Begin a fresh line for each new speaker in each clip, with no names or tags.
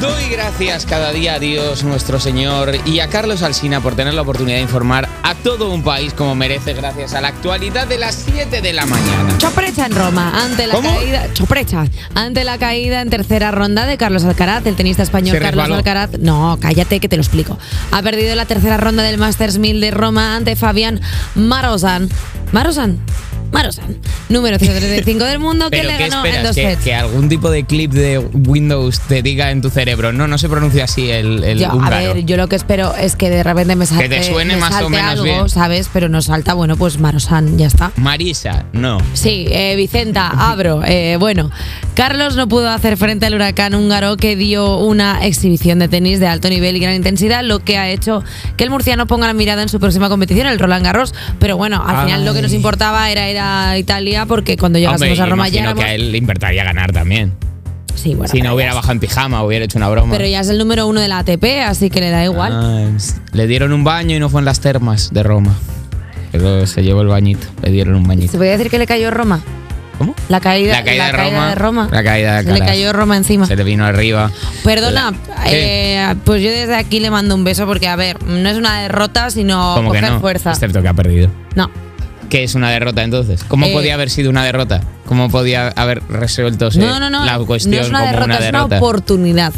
Doy gracias cada día a Dios nuestro Señor y a Carlos Alsina por tener la oportunidad de informar a todo un país como merece gracias a la actualidad de las 7 de la mañana.
Choprecha en Roma, ante la
¿Cómo?
caída. Choprecha. Ante la caída en tercera ronda de Carlos Alcaraz, el tenista español
Se
Carlos
resbaló.
Alcaraz. No, cállate que te lo explico. Ha perdido la tercera ronda del Masters 1000 de Roma ante Fabián Marosan. Marosan. Marosan. Número 135 del mundo que
Pero
le
¿qué
ganó en
esperas?
dos
¿Que,
sets.
que algún tipo de clip de Windows te diga en tu cerebro. No, no se pronuncia así el, el
Yo, a
húngaro.
ver, yo lo que espero es que de repente me salte,
te suene
me
más o
salte
menos
algo,
bien.
¿sabes? Pero no salta, bueno, pues Marosan, ya está.
Marisa, no.
Sí, eh, Vicenta, abro. Eh, bueno, Carlos no pudo hacer frente al huracán húngaro que dio una exhibición de tenis de alto nivel y gran intensidad, lo que ha hecho que el murciano ponga la mirada en su próxima competición, el Roland Garros. Pero bueno, al final
Ay.
lo que nos importaba era ir a Italia porque cuando llegásemos
Hombre,
a
yo
Roma ya
imagino que
éramos-
a él le importaría ganar también.
Sí, bueno,
si
pero
no
ya
hubiera
es-
bajado en pijama, hubiera hecho una broma.
Pero ya es el número uno de la ATP, así que le da igual.
Ah, le dieron un baño y no fue en las termas de Roma. Pero se llevó el bañito, le dieron un
¿Se
bañito.
podía decir que le cayó Roma?
¿Cómo?
La caída,
Ah. La caída de Roma,
de Roma.
la caída de
Se le
Alcaraz.
cayó Roma encima.
Se le vino arriba.
Perdona,
¿Qué?
eh, pues yo desde aquí le mando un beso porque, a ver, no es una derrota, sino
Como que
Oh, coger
no, Este-
fuerza.
excepto que ha perdido.
No.
¿Qué es una derrota entonces? ¿Cómo
Eh,
podía haber sido una derrota? ¿Cómo podía haber resuelto se-
no, no, no.
la
no es
cuestión como
una derrota,
una
es una
derrota?
oportunidad.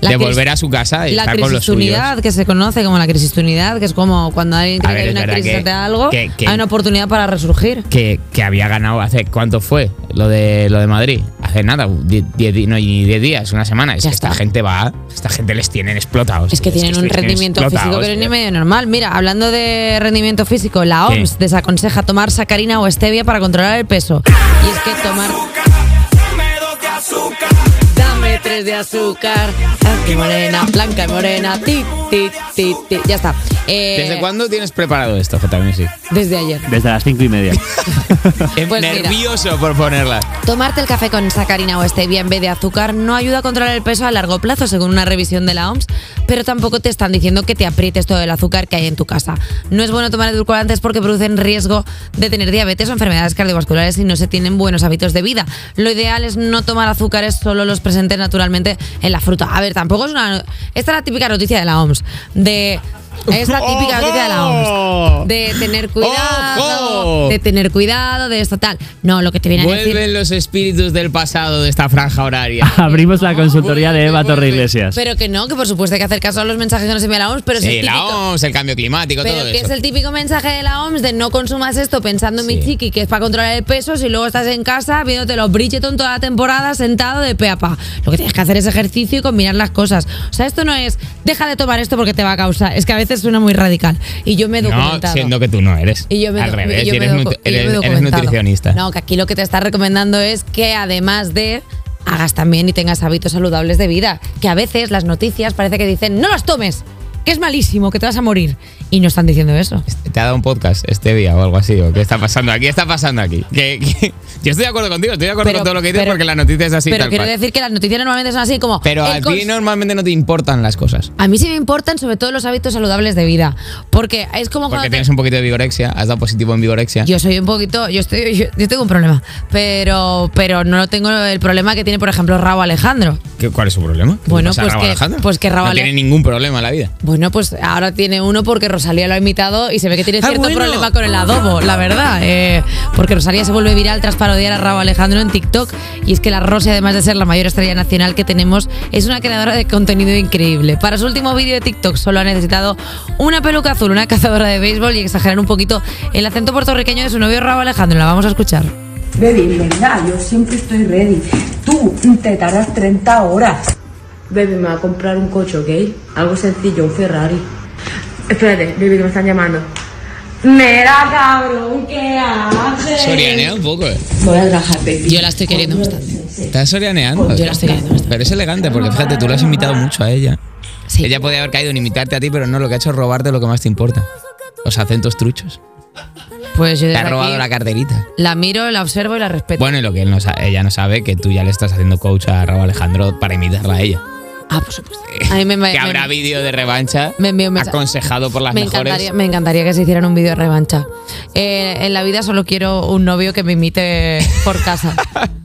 de
cris-
volver a su casa y
La
estar con los suyos.
crisunidad, que se conoce como la crisunidad, que es como cuando alguien
A
cree
ver,
que hay
es
una
verdad
crisis
que-
ante algo,
que- que-
hay una oportunidad para resurgir.
Que, que había ganado hace cuánto fue lo de lo de Madrid hace nada die- diez di- no, ni 10 días una semana es
Ya
que esta
está.
gente va esta gente les tienen explotados
Es que tienen un
les tienen
rendimiento físico
explotados,
que no es ni
tío.
medio normal. Mira, hablando de rendimiento físico, la
¿Qué?
OMS desaconseja tomar sacarina o stevia para controlar el peso. Y es que tomar... Dame tres de azúcar. Aquí morena, blanca y morena. Ti, ti, ti, ti. Ya está. Eh,
¿Desde cuándo tienes preparado esto, J Music?
Desde ayer.
Desde las cinco y media.
Pues mira.
nervioso por ponerla.
Tomarte el café con sacarina o stevia en vez de azúcar no ayuda a controlar el peso a largo plazo, según una revisión de la OMS, pero tampoco te están diciendo que te aprietes todo el azúcar que hay en tu casa. No es bueno tomar edulcorantes porque producen riesgo de tener diabetes o enfermedades cardiovasculares si no se tienen buenos hábitos de vida. Lo ideal es no tomar azúcares, solo los presentes naturalmente en la fruta. A ver, tampoco es una... Esta es la típica noticia de la OMS, de... Es la típica noticia de la OMS. De tener cuidado,
¡Ojo!
de tener cuidado, de esto tal. No, lo que te viene a decir...
Vuelven los espíritus del pasado de esta franja horaria.
Abrimos la
No,
consultoría de
vuelve,
Eva Torre
vuelve.
Iglesias.
Pero que no, que por supuesto hay que hacer caso a los mensajes que nos envía la OMS, pero es el
Sí,
típico.
Eh, la OMS, el cambio climático,
Pero
todo
que
eso.
es el típico mensaje de la OMS de no consumas esto pensando en
Sí.
mi chiqui, que es para controlar el peso, si luego estás en casa viéndote los Bridgeton toda la temporada sentado de pe a pa. Lo que tienes que hacer es ejercicio y combinar las cosas. O sea, esto no es deja de tomar esto porque te va a causar. Es que a veces suena muy radical. Y yo me he
No,
documentado.
siendo que tú no eres.
Y yo me
Al
docu-
revés,
y yo me
eres,
docu-
nut-
y yo me he
eres- eres
documentado.
nutricionista.
No, que aquí lo que te está recomendando es que además de hagas también y tengas hábitos saludables de vida, que a veces las noticias parece que dicen no los tomes, que es malísimo, que te vas a morir y no están diciendo eso.
Te ha dado un podcast este día o algo así. ¿o ¿Qué está pasando aquí? ¿Qué está pasando aquí? Que- que- Yo estoy de acuerdo contigo, estoy de acuerdo
Pero-
con todo lo que dices
pero-
porque la noticia es así.
Pero
tal
quiero
cual.
decir que las noticias normalmente son así como
Pero
el
a ti
cons-
normalmente no te importan las cosas.
a mí sí me importan sobre todo los hábitos saludables de vida, porque es como cuando
Porque
te-
tienes un poquito de vigorexia, has dado positivo en vigorexia.
Yo soy un poquito, yo estoy, yo, yo tengo un problema, pero, pero no tengo el problema que tiene por ejemplo Raúl Alejandro.
¿Qué- ¿Cuál es su problema? ¿Qué
Bueno,
pasa a
pues
Raúl
que-
Alejandro?
pues que Raúl
No
Ale-
tiene ningún problema en la vida.
Bueno, pues ahora tiene uno porque Rosalía lo ha imitado y se ve que tiene
Ah,
cierto
bueno.
problema con el adobo, la verdad. eh, porque Rosalía se vuelve viral tras parodiar a Raúl Alejandro en TikTok. Y es que la Rosy, además de ser la mayor estrella nacional que tenemos, es una creadora de contenido increíble. Para su último vídeo de TikTok solo ha necesitado una peluca azul, una cazadora de béisbol y exagerar un poquito el acento puertorriqueño de su novio Raúl Alejandro. La vamos a escuchar.
Baby, venga, yo siempre estoy ready. Tú te tardas 30 horas.
Baby, me va a comprar un coche, ¿ok? Algo sencillo, un Ferrari. Espérate, baby, que me están llamando. Mira, cabrón, ¿qué haces?
Sorianea un poco, eh.
Voy a trabajar, baby.
Yo la estoy queriendo bastante.
Estás sorianeando.
Yo la estoy queriendo bastante.
Pero es elegante porque fíjate, tú lo has imitado mucho a ella.
Sí.
Ella podía haber caído en imitarte a ti, pero no, lo que ha hecho es robarte lo que más te importa. Los acentos truchos.
Pues yo
Te
desde
ha robado
aquí
la carterita.
la miro, la observo y la respeto.
Bueno, y lo que él no sa- ella no sabe, que tú ya le estás haciendo coach a Raúl Alejandro para imitarla a ella.
Ah, por supuesto. A mí me, me-
que habrá
me-
vídeo de revancha
me envió un mensaje.
aconsejado por las
me
mejores.
encantaría, me encantaría que se hicieran un vídeo de revancha. Eh, en la vida solo quiero un novio que me imite por casa.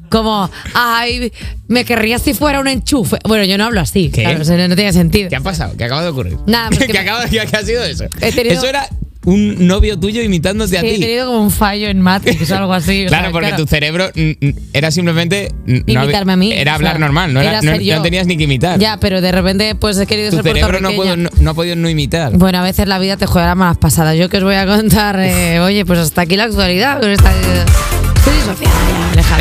Como, ay, me querría si fuera un enchufe. Bueno, yo no hablo así,
¿Qué?
claro, o sea, no, no tiene sentido.
¿Qué ha pasado? ¿Qué acaba de ocurrir?
Nada, pues
¿Qué,
que me-
acaba, qué- qué ha sido eso?
He tenido-
Eso era un novio tuyo imitándote a
Sí,
ti.
he tenido como un fallo en Matrix o algo así. o
Claro,
sea,
porque tu cerebro mm, mm, era simplemente. mm, no hab-
Imitarme a mí.
Era
o
hablar
sea,
normal, no, era-
era
no-
ser yo.
no tenías ni que imitar.
Ya, pero de repente pues he querido
tu
ser
cerebro no, pudo-
puertorriqueña.
no- no ha podido no imitar.
Bueno, a veces la vida te juega malas pasadas. Yo que os voy a contar, eh, oye, pues hasta aquí la actualidad. con esta- Estoy disociada ya, Alejandro.